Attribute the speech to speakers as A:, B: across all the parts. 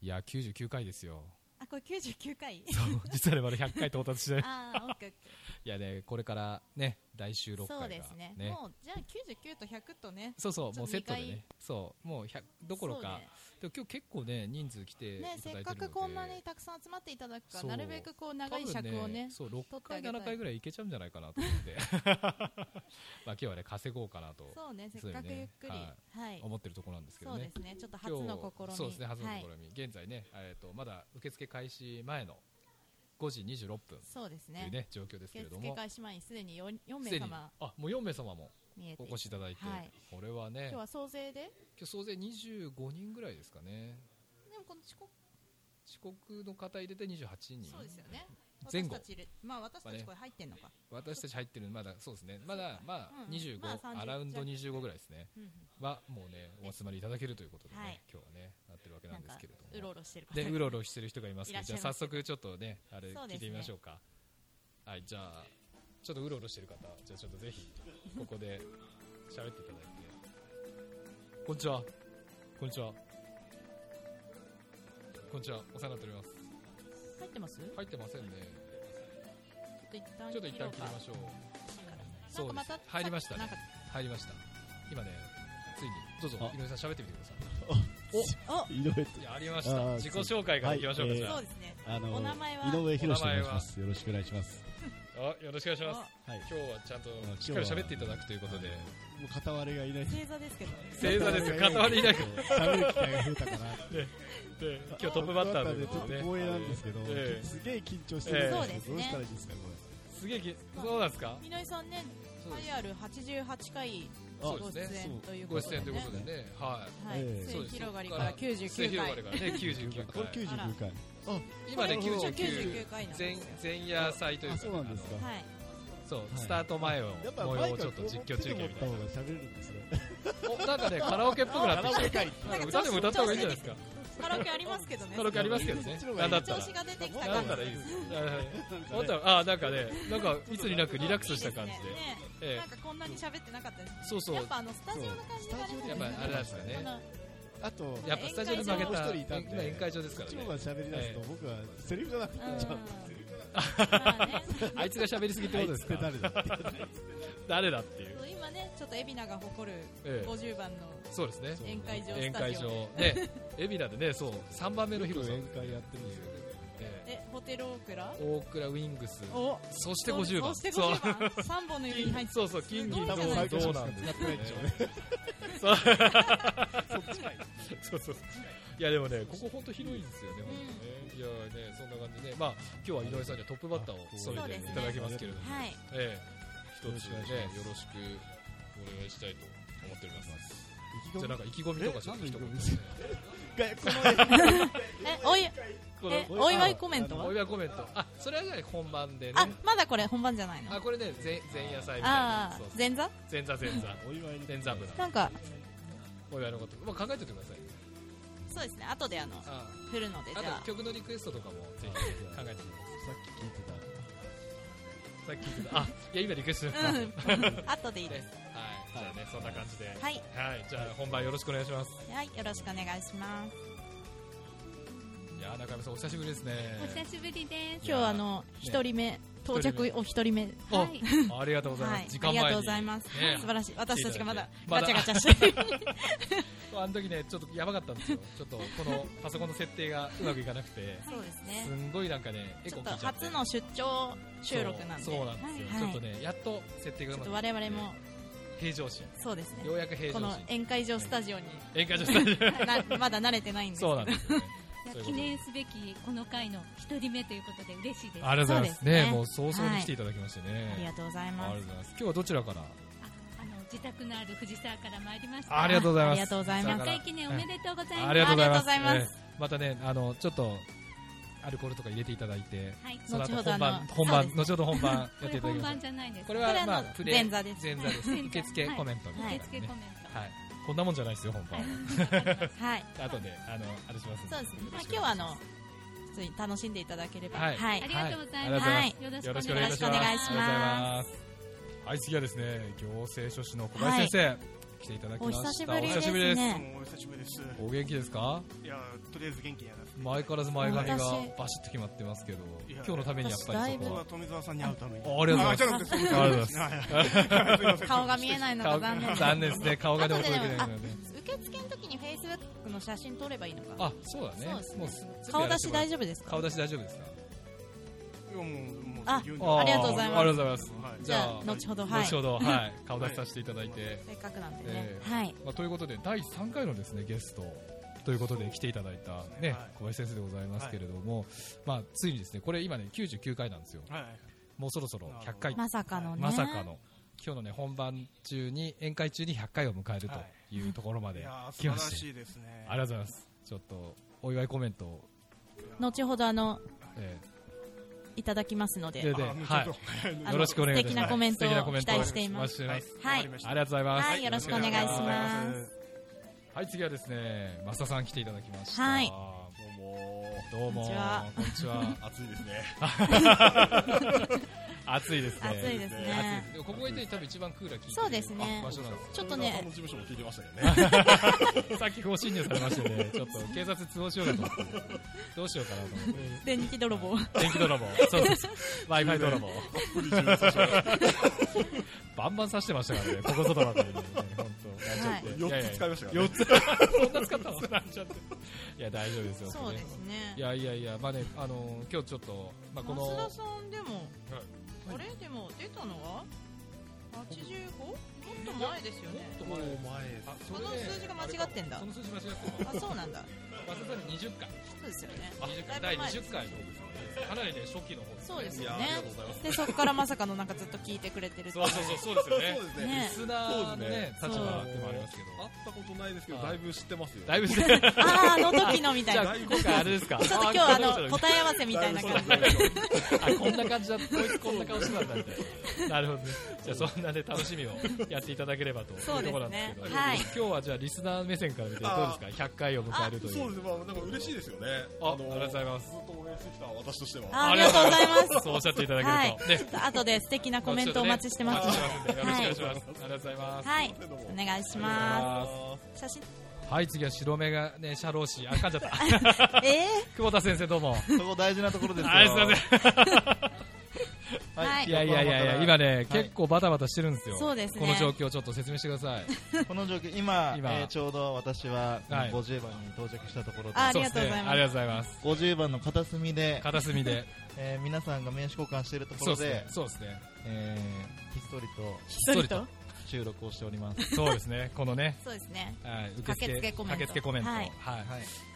A: いや99回ですよ
B: あこれ99回
A: そう実はねまだ100回到達してない
B: ああオッケーオッケ
A: いやねこれからね来週6
B: ー
A: 回が
B: そうですねもうじゃあ99と100とね
A: そうそう
B: ち
A: も
B: ょ
A: う
B: っと
A: セットで
B: 二
A: ね
B: 回
A: そうもう100どころか、でも今日結構ね人数来て
B: そ
A: いうただ
B: ね
A: いてるの
B: ねせっ
A: で
B: かくこんなにたくさん集まっていただくから
A: そう
B: なるべくこう長い尺を
A: 多分
B: ね
A: そう6
B: 取
A: 回
B: ってあげたい
A: 7回ぐらいいけちゃうんじゃないかなと思って まあ今日はね稼ごうかなと
B: そうねせ
A: そう
B: っ
A: よ
B: かく
A: ね
B: ゆっくり
A: は
B: はい
A: 思ってるところなんですけ
B: そ
A: ど
B: うで
A: ね
B: すねちょっと初
A: 今日
B: の試み
A: そうですね初の試み、
B: はい
A: 現在ね、えー、とまだ受付開始前の5時26分
B: そうです
A: というね
B: ね
A: 状況ですけ
B: 受
A: れど
B: 付
A: も
B: 開始前にすでに 4, 四
A: す
B: 名
A: でに
B: 様
A: あもう4名様も
B: 見えて
A: お越しいただいて、
B: はい
A: これはね
B: 今日は総勢で
A: 今日総勢25人ぐらいですかね
B: でもこの遅刻
A: 遅刻の方入れて28人
B: そうですよね
A: 前後
B: 私たち入れまあ私たちこれ入ってんのか、
A: 私たち入ってるまだそうですねまだまあ
B: うん
A: 25、
B: まあ30
A: アラウンド25ぐらいですね
B: うんうん
A: はもうねお集まりいただけるということでね、
B: はい
A: 今日はねなってるわけな
B: なんん
A: で
B: か
A: すけれども
B: うろうろしてる方
A: でうろうろしてる人がいますけど
B: いらっし
A: じ
B: ゃ
A: ゃあ
B: いま
A: 早
B: す
A: 速ちょっとねあれ
B: そう
A: 聞
B: で
A: い
B: すね
A: てみましょうかはいじゃあちょっとうろうろしてる方じゃあちょっとぜひここで喋っていただいてこんにちはこんにちはこんにちはお世話になっております
B: 入ってます、
A: 入ってませんね
B: ちょっと一旦
A: ちょっと一旦切り
B: ろうか
A: ましょう
B: な
A: そ
B: ん
A: う
B: か
A: で
B: ますた
A: 入りましたね
B: なんか
A: 入りました今ねついにどうぞ
C: あ
A: 井上さん喋ってみてくださ
B: お
C: 井上と
A: いいやありまし
C: あ
A: た
C: ー
A: 自己紹介からいきましょうか、
C: はい
A: じゃ
B: そ
A: あ
B: うですね
C: あの
B: お名前は
C: 井上博と申しますよろしくお願いします
A: あよろしくお願いします
C: はい
A: 今日はちゃんと
C: 今日は
A: しっかり喋っていただくということで
C: もう片割れがいない
B: 星座ですけど
A: 正座です片割れいないから
C: 喋る機会が増えたかな
A: で今日トップバッター
C: で
A: で
C: ちょっと光栄なんですけど、
A: ええ
C: すげえ緊張してるんですけど、
B: ええ
C: どうしたらいいですかこ
A: すげえきそうなんですか
B: みのりさんね
A: そうです
B: 栄えある88回
A: そ
B: ご
A: うです
B: 出
A: ね
B: 演というこ
A: ご
B: と
A: 出
B: で、
A: 演
B: ね、
A: ということでねは
B: はい、
C: ええ
A: そう
B: 末
A: です
B: 広がりから
A: い末広がり
B: 99
A: か
B: 回
A: らね
C: れ
A: 99
C: これ
A: 回
C: 99回
A: 今ね
C: これ
A: 99
B: 99回なん
A: 前
B: ですよ
A: 前夜祭という
C: あ
A: か
C: そうなんですか
B: はい
A: そう
C: い
A: スタート前を
C: やっぱ
A: 模
C: マ
A: 様
C: イ
A: を
C: ク
A: ちょ
C: は
A: っ
C: ことう
A: 実況中継み
C: 手
A: た
C: で
A: いな
C: 持った方が喋れるんですね
A: おなんかねカラオケっぽくなってきて
B: なんか
A: 歌でも歌った方がいいんじゃないですか
B: カラオケありますけどね
A: カラオケありますけどね
C: そっちの方が
A: ないん
C: い
A: だったら
B: 調子が出てきた
A: な
B: 感
A: ん
B: じ
A: だったらいいですよはいはい
C: な
A: 思
C: ん
A: った
C: かね
A: らあなんかねなんかいつになくリラックスした感じで
B: いいですねね
A: え
B: なんかこんなに喋ってなかったです
A: えそうそう
B: やっぱあのスタジオの感じがあれ
C: そう
A: やっぱりあれなんですよね
B: この
C: あと
A: やっぱスタジオに負け
C: もう一
A: た
C: 人いたんで
A: 今宴会場ですから
C: こっちも
A: ね
C: 喋り出すと、
A: え
C: 僕はセリフがなく なっちゃう
B: まあね
A: あいつが喋りすぎってことです
C: あ
A: か
C: いつって誰だ
A: 誰だっていう
B: そう今ねちょっと海老名が誇る
A: ええ
B: 50番の
A: そうですね
B: 宴会場
A: 宴
B: スタ
A: 会
B: ジ
A: 場
B: オ
A: ね海老名でねそう3番目の
C: よく
A: 広さ
C: 宴会やってるんですよ
A: ええ
B: えホテルオークラ
A: 大倉ウィングス
B: お
A: そして50番
B: そして50番3本の指に入って
A: そうそう金銀銅
B: すごいじゃない
A: 銅
B: ですか
A: なんです
C: やってないでしょうね
A: そうそうそういやでもねここ本当広いんですよね、本当にねいやねそんな感じでまあ今日は井上さんにはトップバッターを務めていただきますけれども、
B: はい
A: ええ
C: よ
A: 一つ
C: ろしく
A: ね
C: お願いしま
A: よ
C: す
A: ろしくお願いしたいと思っております
C: 意気
A: じゃ
C: 込
A: あな
C: み
A: んか意気込みとかちょっと一言ね
C: がこの
B: えおい
A: こ
B: え
A: の
B: お祝いコメント
A: お
B: は
A: 祝いコメントあそれはじゃあ本番でね
B: あまだこれ本番じゃないの
A: あこれね前前夜祭みたいな
B: ああ
A: そうそう
B: 前座
A: 前座前座
C: お祝いの
A: 前座部
B: なんか
A: お祝いのこと、まあ、考えておいてください
B: そうですね後であの
A: あ
B: 振るのでじ
A: あ
B: ゃ
A: と曲のリクエストとかもぜひ考えてみてください
C: さっき聞いてた
A: さっき言ってたあいや今リクエストし
B: あ
A: ま
B: う
A: す
B: ん 後でいい
A: ね
B: です
A: はいじゃあねそんな感じでは
B: はい
A: いじゃあ本番よろしくお願いします
B: はいよろしくお願いします
A: いやー中山さんお久しぶりですね
D: お久しぶりで
A: い
D: す。
A: や
B: 今日あの一人目到着お一人目
A: あ
D: はい。
A: ありがとうございます、
B: はい
A: 時間
B: あ
A: 前
B: り
A: に
B: がとうございます
A: ね
B: 素晴らしい私たちがまだ
A: まだ
B: ガチャガチャしてる
A: あの時ねちょっとやばかったんですよちょっとこのパソコンの設定がうまくいかなくて
B: そうです
A: す
B: ね
A: んごいなんかねエ
B: ち
A: コ
B: ょ
A: ー聞
B: っと
A: いちゃって
B: 初の出張収録なんで
A: そうそうなんですよ、
B: はい
A: ちょっとねやっと設定がう
B: ちょ
A: まくいっ
B: っと
A: て
B: 我々も
A: 平常心
B: そうですね
A: ようやく平
B: こ
A: 常
B: の
A: 心
B: 宴会場スタジオに
A: 宴会場スタジ
B: なまだ慣れてない
A: オ
B: んですけ
A: そう
B: ど
A: なんですよねそういうこと
D: 記念すべきこの回の一人目ということで嬉しいです。
A: ありがとうございます
B: そうですね
A: ねもう早々に来ていただきましてね、
B: ありがとうござい
A: あ
B: ま
A: りがとう
B: す
A: ございます今日はどちらから
D: ああの自宅のある藤沢から参りました。
A: ありがとうございます
B: ありがとうございます
D: 100回記念おめでとうございます。
A: ありがとうございます。
B: ありがとうございま
A: えーまたね、あの、ちょっと、アルコールとか入れていただいて、
D: はい。
A: その後
B: 後ほど
A: 本
B: あ
A: 番、
B: の
A: 本
B: そう
A: 番、
B: です
A: 後ほど本番や
D: こ
A: って
D: れ
A: いただき
D: 本
A: ます
D: 番。じゃないです。
A: これ
B: これ
A: は、
B: あの
A: まあ、プレイ
B: 前座です
A: 前座 です。
D: はい
A: 受付コメントみたいな
D: 受付
A: ね
D: コメント。
A: はい。こんなもんじゃないですよ、本番は。
B: はい
A: 後で、あの、あれしますん
B: そうですね
A: よ
B: ま
A: ろ
B: あ
A: しく
B: 今日はあの普通に楽しんでいただければ
A: はい
B: は
D: あ
B: い
D: りがとうござい
A: は
D: ま
A: い
D: す。
B: はい
A: よろしくお
B: お
A: 願
B: 願
A: い
B: い
A: しま。
B: しますす
A: ありがとうございます。はい、次はですね、行政書士の小
B: は
A: 林
B: い
A: 先生、来ていただき
B: お
A: ました
B: 久しぶり
A: お
B: ですね。
E: もうお久しぶりです。
A: お元気ですか
E: いや、とりあえず元気にやらせて。
A: 前からず前髪が
B: 私
A: バシッと決まってますけど
E: いや
A: 今日のためにやっぱりそ
E: 今
A: こ
E: 日
A: は
E: は富澤さんに会うために。
A: あありがとうございます
E: あじゃ
A: あ
E: な
A: り
E: く
A: がとうご
E: てはいはいす
A: ざ
E: いません
B: 顔が見えないのが残念
A: 顔残念ですね顔がでも届け ないので
B: 受付の時にフェイスブックの写真撮ればいいのかな
A: あそうだね
B: そうですね
A: もうす全部
B: 顔
A: やら
B: 出
A: せ
B: して
A: もらっ
B: 大丈夫ですか
A: 顔出し大丈夫ですか
E: いやもうもう
B: あ
E: 言うんだ
A: あー
B: ありがとうございます
A: ありがとうございます
E: はい
A: じ
B: じ
A: ゃあ
B: ゃあ後ほどはい
A: 後ほ
B: せ
A: どはい顔出しさせていただいて
B: っかくなんでね
A: ええ
B: はい
A: まあ、ということで第3回のですねゲストということで来ていただいた、ね
E: はい
A: 小林先生でございますけれども、まあ、ついにですねこれ今ね99回なんですよ
E: はいはい
A: もうそろそろ100回、
B: まさかのね
A: まさかの今日のね本番中に宴会中に100回を迎える
E: は
A: というところま
E: い
A: で、
E: やー素
A: 来
E: 晴
A: ま
E: ら
A: した
E: しいですね。
A: ありがとうございますちょっとお祝いコメントを、
B: 後ほどあの
A: え
B: いただきますの
A: ー
B: で
E: あ
A: でで
E: もうちょ
A: は
E: っと
A: い、
B: あの
A: よろしくお願いいたします
B: 素敵なコメント
A: 素
B: を
A: 敵なコメント
B: 期待しています
A: お待ちして
B: は
E: わ
B: い
E: かりました
A: ありがとうございます、
B: はいよろしくお願いし
E: ありがとうござ
B: ます
A: はい、次はですね、増田さん来ていただきました。
B: はい
C: どうも
A: どうも
B: こんにちは。
A: こんにちは。
C: 暑いですね
A: 暑いですね。
B: 暑いですね
A: ここが一体多分一番クーラー効いてる
B: そうですね
A: 場所なんです
B: ちょっと
C: 富澤
B: ね
C: さんの事務所も聞いてましたけどね
A: よ。さっき不法侵入されまして ね、ちょっと警察に通報しようかと思って、どうしようかなと思っ
B: 電気泥棒
A: て。 電気泥棒。そうそうそう。Wi-Fi 泥棒。
C: 無理中させて
A: バンバン刺してましたからね、ここ外だったのにね。本当。
C: 4つ使いましたからね
A: 4つ。そんな使ったの なんちゃって。いや、大丈夫ですよ。
B: そうです
A: い
B: ね
A: やいやいや、まあね、あの今日ちょっと、まあこの、
B: 増田さんでもあれでも出たのは 85? もっと前ですよね
A: もっと前あそれね
B: この数字が間違ってんだ
A: その数字間違ってんだ
B: あそうなんだ
A: まさかに20回
B: そうですよね
A: 20回
B: だ
A: 第
B: いぶ前です
A: 20回かなりね初期の方ですね
B: そうです
C: い
B: よ
C: やー
B: ね
C: ありがとうございます
B: でそこからまさかのなんかずっと聞いてくれてるって
A: そうそうそうそうですよね
C: そうですね
A: リ
B: ね
A: スナーのね
B: そう
A: 立
B: ですね
A: 場でもありますけ
C: 会っ
A: ど
C: たことないですけどだいぶ知ってますよ
A: だいぶしてる
B: ああの時のみたい
A: じ
B: な
A: ゃあ今回あれですか
B: ちょっと今日あの答え合わせみたいな感じで
A: あこんな感じだこいつこんな顔してたんだみたいななるほどねじゃあそんなね楽しみをやっていただければと
B: そう
A: いう
B: ですね
A: ところなんですけど
B: はい
A: 今日はじゃあリスナー目線から見てどうですか100回を迎えると
C: そう
A: い
C: です
A: う
C: ねまあなんか嬉しいですよね
A: あ
C: の
A: ありがとうございます
C: ずっと応援してきた私としては
B: あありがとうございます
A: そうおっしゃっていただける
B: はい
A: とね
B: ちょっと後で素敵なコメントお待ちしてます
A: お待ちしてますんでよろしくお
B: は
A: 願いしま
B: い
A: す。ありがとうございます。
B: はい
C: どうも
B: お願いしま
A: ます
B: 写
A: す。
B: 真
A: はい、次は白目がね、シャロー氏、あ、噛んじゃった。
B: え
A: 久保田先生、どうも。
F: そこ大事なところですよ。
A: はい、すいません。
B: ーはい
A: いやいやいやいや、今ね、結構バタバタしてるんですよ。
B: そうですね
A: この状況、ちょっと説明してください。
F: この状況、今、
A: 今
F: えーちょうど私は、
A: はい
F: 五十50番に到着したところで
B: あ
F: す。
A: そ
B: りがとうございます
A: でねありがとうございます。
F: 50番の片隅で、
A: 片隅で。
F: えー皆さんが名刺交換しているとこ
A: そう
F: ろ
A: ですね
F: で。、
A: そうですね。
F: えーひっそりと
B: ひっそりと
F: 収録をしております。
A: そうですね、このね、
B: そうですね
A: はい受付
B: 駆けつけコメント
A: 駆けつけコメント。は
B: はいい。
F: はい、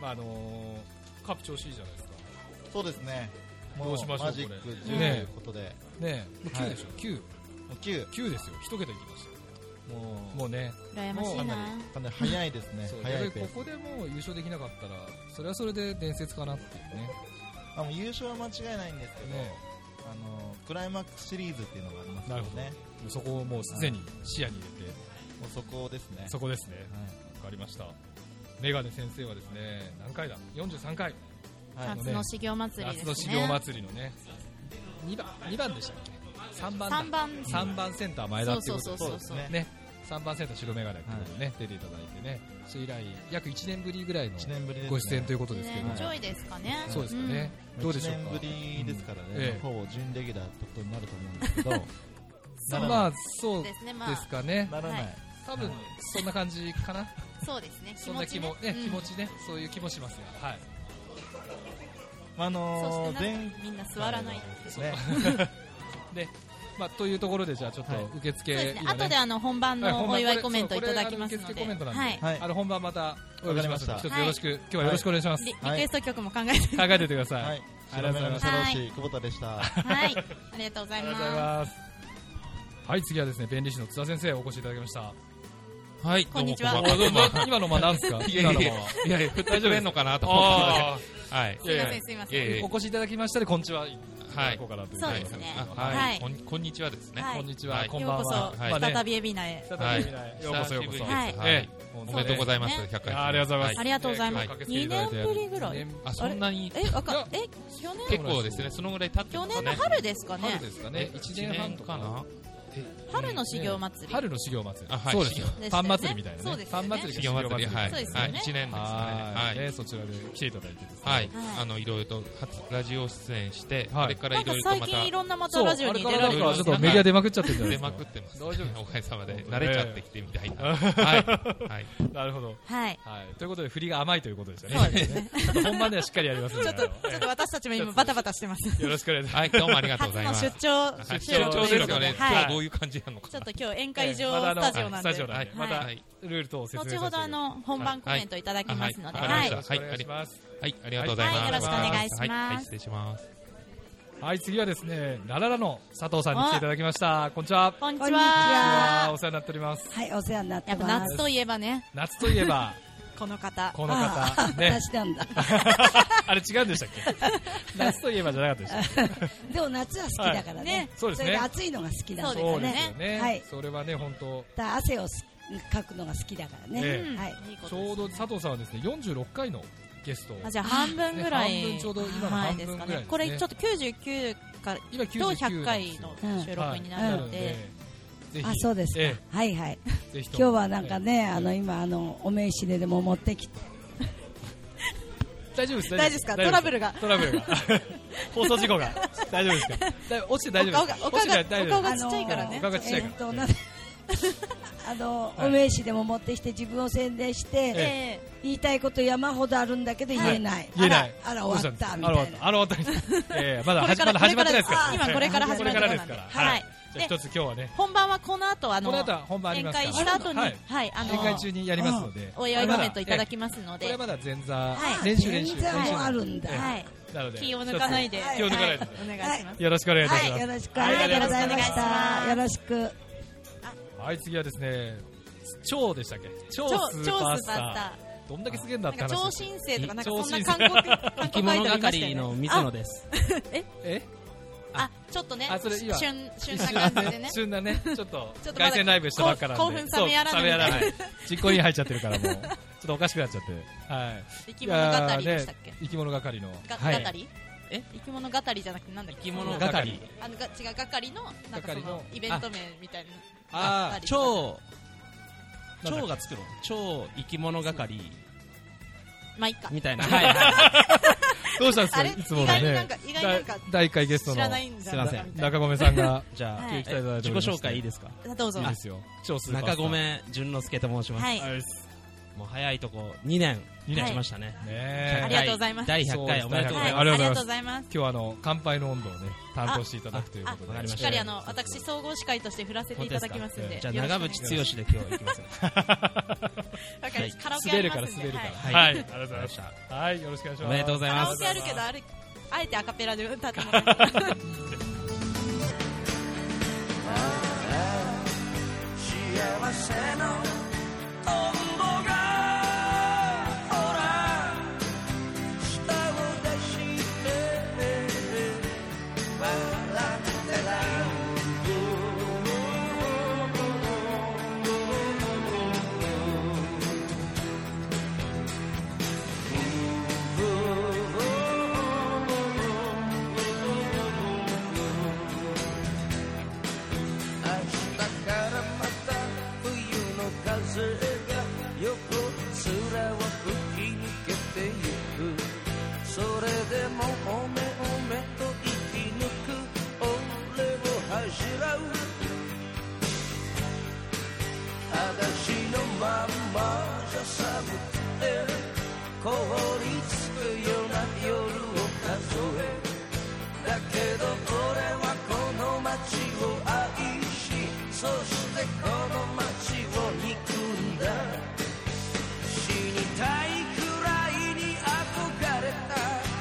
A: まあ、あのー、カップ調子いいじゃないですか。
F: そうですね。
A: ど
F: も
A: うし
F: う
A: ましょう
F: マジック10
A: こ
F: と
A: れ
F: いうことで、
A: ねえ、
F: は
A: 9
F: い
A: でしょ ?9。
F: もう9、
A: 9ですよ。一桁いきましたよ。
F: もう
A: もうね、
B: 羨まし
F: か
B: い
F: な
B: な
F: りかなり早いですね
A: そう。やっ
F: 早
A: ぱ
F: い
A: り
F: ペ
A: こ
F: ース。
A: こでもう優勝できなかったら、それはそれで伝説かなっていうね。
F: あもう優勝は間違いないんですけど、
A: ね
F: あのクライマックスシリーズっていうのがあります
A: な
F: よ
A: るほど
F: ね。
A: そこをもうすでに視野に入れて、
F: もうそこですね。
A: そこですね。
F: はい
A: わかりました。メガネ先生はですね、何回だ ?43 回。
F: はい
B: 夏の修行祭り
A: 夏
B: で
A: の
B: す
A: 修行
B: ね
A: 祭りのね。2番、二番でしたっけ ?3 番だ。
B: 3番
A: 三番センター前田っていうこと
B: そう
A: で
B: そうそう
F: です
B: そう
F: ね。
A: ね。3番センター白メガネっていうことでね、出ていただいてね。それ以来、約1年ぶりぐらいの
F: 1年ぶりですね。
A: ご出演といううことですけど
F: ね
A: も
B: ち。ょいですかね
A: そうですかね。どうでしょうか。
F: 1年ぶりですからね、
A: うんええ
F: ほぼ準レギュラーってことになると思う んですけど、
A: そう
F: なら
A: ま
F: ない
A: あ、そう
B: うん
A: で
B: ですねまあ
A: すかね。
F: ならない、
B: は
A: 多分
F: はい、
A: そんな感じかな。
B: そうですね
A: そんな気も、ね、
B: ね
A: 気持ちね、そういう気もしますよ。はい。
F: まああ
B: うんそ
F: の
B: して
F: ー前
B: なんかみんな座らない
F: ですね、
A: で、まあ、というところで、じゃあちょっと
F: はい
A: 受付、
B: そうですね。後であの本番
A: はい本
B: の
A: 番
B: お祝いコメント
A: こ
B: い
A: れ
B: ただきます
A: そうこれあの受付
B: の
A: コ
B: で、
A: メントなんで
B: はい。
F: はい
A: あの本番またお呼びしますの
F: わ
A: で
F: か
A: 一
F: りました
A: つよろしく、今日はよろしくお願いします。
B: リリ
F: はい
B: クエスト曲も考えて、
A: 考えておいてください。
F: はい、
A: ありがとうございます
B: は
F: 白
B: い
F: 目の白星久保田でした。
B: はい。ありがとうござ
A: あ
B: い
A: りがとうござい
B: ま
A: ます。はい、次はですね、弁理士の津田先生、お越しいただきました。
G: はい、
B: こんにちは
G: どう
A: お
G: もこんば
A: どうんも
G: は。
A: 今の間なんですか
G: いやい
A: 今の
G: やい
A: 間
G: や
A: は。
G: いやいや、振ってくれんのかなと思った
A: あ
G: んで。はい。
B: す。すいません、すいま
G: いやい
B: せ
G: や
B: ん。
A: お越しいただきましたで、こんにちは。
G: は
A: 行
G: い
A: こうかなという
B: そうですね
G: あ
A: はい
G: は
B: はい
G: い。こんこんにちはですね。
B: はい
A: こんにちは、
G: はい
A: こん
B: よ
A: ば
B: うんこ
A: は。
B: そ、
G: はい
A: まあね
B: 再びエビナへ。
A: 再び見ないようこそようこそ。
G: 久しぶりです
B: はい
G: はい。
A: お
G: おめでとうございます、
B: ね
G: 100回。
A: ありがとうございます
B: ありがとうございま
G: は
B: す。
G: い
B: 2年ぶりぐらい。
G: あ、そんなに、
B: え、わ
A: い
B: か
A: や、
B: え、去年
G: 結構ですね、そのぐらい経って
B: 去
G: ます
B: 年
G: ね
B: の。春ですかね
G: 春。ですか
A: ね
G: ね。
A: 一年半とか
G: 一年かな
B: 春の修行祭り。
A: 春の修行祭り。
G: あはい
A: そうですよ
B: で。した
A: パ
B: よ
A: ン
B: ね
A: 祭りみたいなね。
B: そうですよ
A: パ
B: ね
A: ン祭り
G: 修行祭り、
A: 修
G: はい。
B: そうですよね
G: はい。一年ですね。
A: は。
G: はいい。
A: ね、そちらで来ていただいてですね。
G: はい
B: はい。
G: あの、いろいろと、初ラジオ出演して、
A: はい
G: あれから
B: ないんか
G: ろいろと
B: 最
G: ま
B: 近い
G: た、
B: ろんなまた
A: そう、
B: ラジオに出ら
A: あ
B: れ
A: れ
B: る
A: か
B: よう
A: らなん
B: に
A: かちょっとメディア出まくっちゃってるじゃないで
G: 出
A: すか。
G: まくってます。
A: 大丈夫です
G: おかげさまで、
A: 本当
G: 慣れちゃってきてみたいな。
A: え
G: はい。はい。
A: なるほど。
B: はい。
A: はい。ということで、振りが甘いということですよね。
B: そうですね。
A: ちょっと本番ではしっかりやりますんで。
B: ちょっと、ち
A: あ
B: ょっと私たちも今バタバタしてます。
A: のよろしくお願いします。
G: はい、どうもありがとう
B: 初
G: ございま
B: の
G: す
B: 出。張
G: はい
B: 収録
A: 出張
B: と
A: で
B: い
A: す
B: う
A: よ
B: こ
A: ね
B: とで、
G: 今日
B: は
G: ど
B: い。
G: ういう感じなのか
B: ちょ
G: な
B: っと今日宴会場
A: ええまだあの
B: スタジオなんで。
A: スタジオなん
G: はい
A: で。
B: は
A: ま
B: い
A: た
G: はい、
A: ルール等を説明させ
B: 後
A: て
B: ほどあの本番コメントいただきますので、
G: はい
B: は
G: はいい
A: よろしくお願いします。
G: はい、ありがとうございます。
A: はいよろしくお
B: 願いします
G: はい、はい失礼します。
A: はい、次はですね、ラララの佐藤さんに来ていただきました。こんにちは。こん
B: こんに
H: こん
B: ち
H: にち
B: は。
A: は。お世話になっております。
H: はい、お世話になって
B: やっぱ
H: ます。
B: 夏といえばね、
A: 夏といえば、
B: この方。
A: この
H: あ
A: 方。
H: あ
A: ね。
H: 私なんだ。
A: あれ違うんでしたっけ夏といえばじゃなかったでしたっけ
H: でも夏は好きだから
B: はいね
H: ね。
A: そうですね
H: れ暑いのが好きだからね。
B: そうです
A: よね。
H: はい。
A: それはね、本当
H: だから汗をすかくのが好きだからね。
A: え
B: うん
H: はい。
B: いいこ
A: ち
B: とです
A: ょうど佐藤さんはですね、46回のゲストを。
B: あじゃあ半分ぐらい
A: ね半分ちょうど今の半分ぐらいですね
B: 前これちょっと99から
A: 今
B: と
A: 99
B: 100
A: なんです
B: 回
A: よ
B: の収録になるので、
A: ぜひ
H: あ、そうですか
A: え。
H: はいはい。
A: えぜひとも
H: 今日はなんかね、あの、今、あの、お名刺ででも持ってきて。
A: 大丈夫です
B: 大丈夫ですかトラブルが
A: トラブルが 放送事故が大丈夫ですかだ落ちて大丈夫ですか
B: お顔が
A: 落ちて大
B: お
A: 丈夫
B: 顔
A: で
B: が
A: す
B: ちっちゃいから
A: お
B: ね
A: 顔がちっちゃい
H: え
A: か
H: ーっと、
A: ら
H: な あの、
A: はい
H: お名刺でも持ってきて自分を宣伝して、
B: え
H: 言いたいこと山ほどあるんだけど言えない。
A: 言えない
H: あら、あら
A: どうし
H: 終
A: た
H: わ
A: ん
H: っ
A: です
H: た、
A: か
H: み
A: あら終わったあら終わったですええ
H: たいな。
A: まだ
B: これ
A: 始
B: か
A: ま
B: ら
A: だ始まってないですから
B: これから今これから始ま
A: これか
B: るとこ
A: らです
B: ろなん
A: か
B: で
A: らは
B: はいい
A: じゃあ一つ今日はね
B: ー本番はこの後あ
A: こ
B: の
A: の後は本番あり
B: 宴
A: ますから
B: 会した後に
A: はい
B: はいあ
A: 宴会中
B: の
A: にやりますので
B: お祝いコメントいただきますの
A: これ
B: で
A: はまだ前座
B: はい
A: 練習練習
H: 全然もあるんだ。
A: ええ
B: はい
A: なので
B: 気を抜かないで
A: 気を抜かないで
B: はお願いします
A: よろしくお願いいたしま
H: はい、
A: す
H: よろしく。
B: は
H: あ
B: い
H: りがとうございまし
B: あ
H: た。
B: り
H: よ
B: が
H: ろしく。
A: はい次はですね超でしたっけ超
B: 超
A: スー
B: 超
A: パース
B: ス
A: タ
B: ーパース
A: ー
B: タ
A: どんだけすげえんだ
B: ー
A: っ
B: なん
A: て
B: か
A: 話
B: 超
A: ですよ
B: 新星とかなんかそんな
A: 超新
B: 韓
A: 星
B: 国韓
I: 生き
B: 国アイ
I: 物
B: ドルいましたよ
I: 係
B: ね
I: の水野です。
A: え
B: あちょっとね
A: あそれ今
B: 旬旬な感 じでね
A: 旬なね、ちょっと
B: ちょっとまだ
A: 凱旋ライブしたばっかなんで
B: 興奮興奮冷めやらぬ
A: そう冷めやらない 実行委員入っちゃってるからもうちょっとおかしくなっちゃってはい
B: 生き物語
A: いやー
B: でしたっけ
A: ね生き物係の
B: が
A: はい
B: 係え生き物語じゃなくてなんだっけ
I: 生き物
A: 係
I: 係。
B: あのが違う係のなんかそ
A: 係の
B: のイベント名みたいな
I: ああ、
B: 超
I: 超、超がつくの。超生き物係
B: まあいいか
I: みたいな。はいは
A: どうしたんです
B: あ
A: か
B: れ
A: いつものね
B: 意外になんか意外になんか
A: だ第1回ゲストの
B: 知らないんだ
I: すいません
B: みたい
A: 中込さんが
I: い。じゃあ、
B: は
I: え
B: い
I: 自己紹介いいですか
B: などうぞ
A: いい
B: は
A: で
B: い
A: すよ超スーパースタ
I: 中
A: ー
I: 込淳之介と申します。
B: はい
I: もう早いとこ、2年、
A: 二
B: 年
I: 経ちましたね。
A: ね
B: あ
A: え
B: りがとうございます
I: 第100回おめでとうござい
A: あ
I: ま
A: り
I: す。
A: がと
B: あり
A: う
B: が
A: ご
B: と
A: ざ
B: うございます
A: 今日はあの乾杯の温度をね担当していただくというこ
I: あ
A: とで
I: あ
B: しっかりあの私総合司会として振らせていただきますんで
I: じゃあ、長渕
B: よろし
I: 剛で今日は行きます ね。
B: くお願いしますわかりましたカラオケあ
A: 滑
B: り
A: るから
B: ますん
A: 滑る
B: で
A: か
B: はい
A: らはい
I: は
A: あ
I: い
A: りがとうございましたはいよろしくお願いします
I: おめでとうござい
B: カ
I: ま
B: ラ
I: す
B: オ。ケあるけどあれあえてアカペラで歌ってもらって
J: 「遠く離れた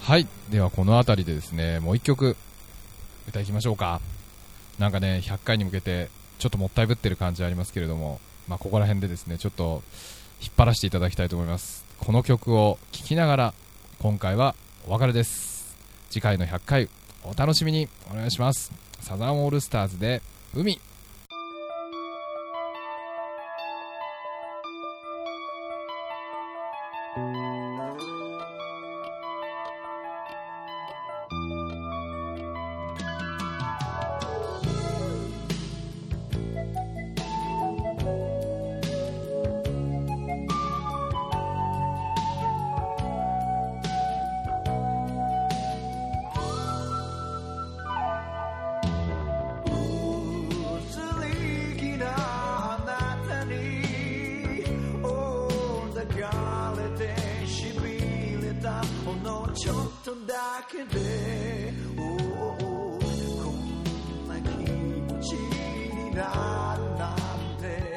A: はいではこの辺りでですねもう一曲歌いきましょうかなんかね100回に向けてちょっともったいぶってる感じありますけれども、まあ、ここら辺でですねちょっと引っ張らせていただきたいと思いますこの曲を聴きながら今回はお別れです次回の100回お楽しみにお願いしますサザンオールスターズで海
I: Oh, Oh, Oh,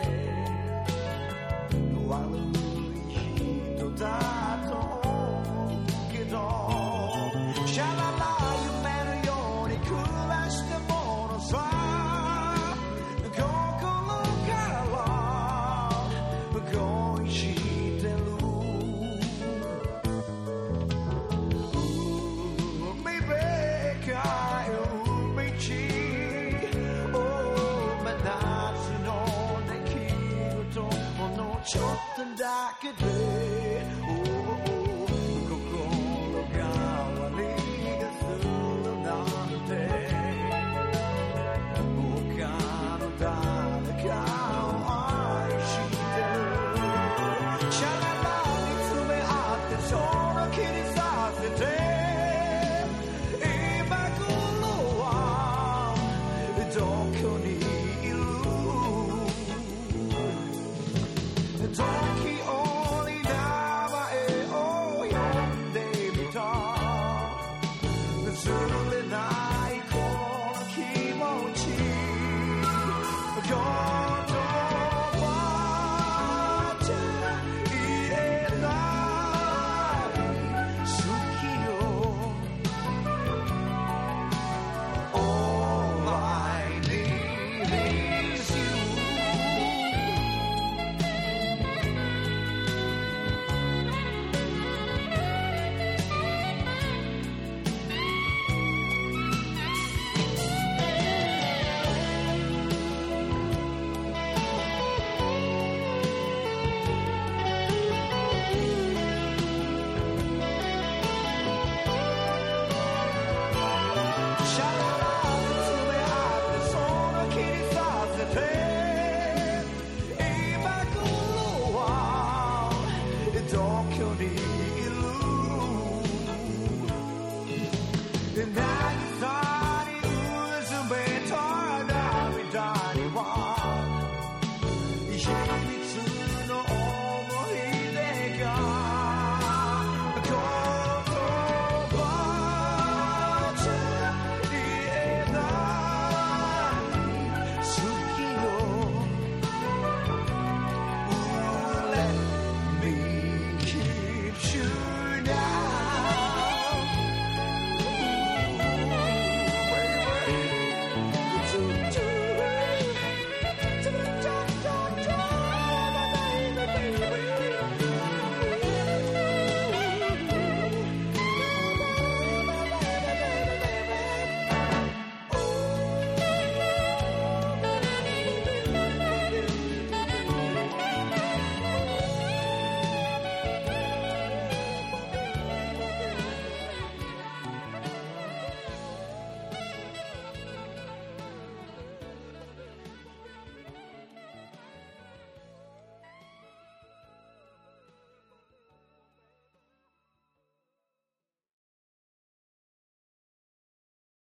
J: 「いじり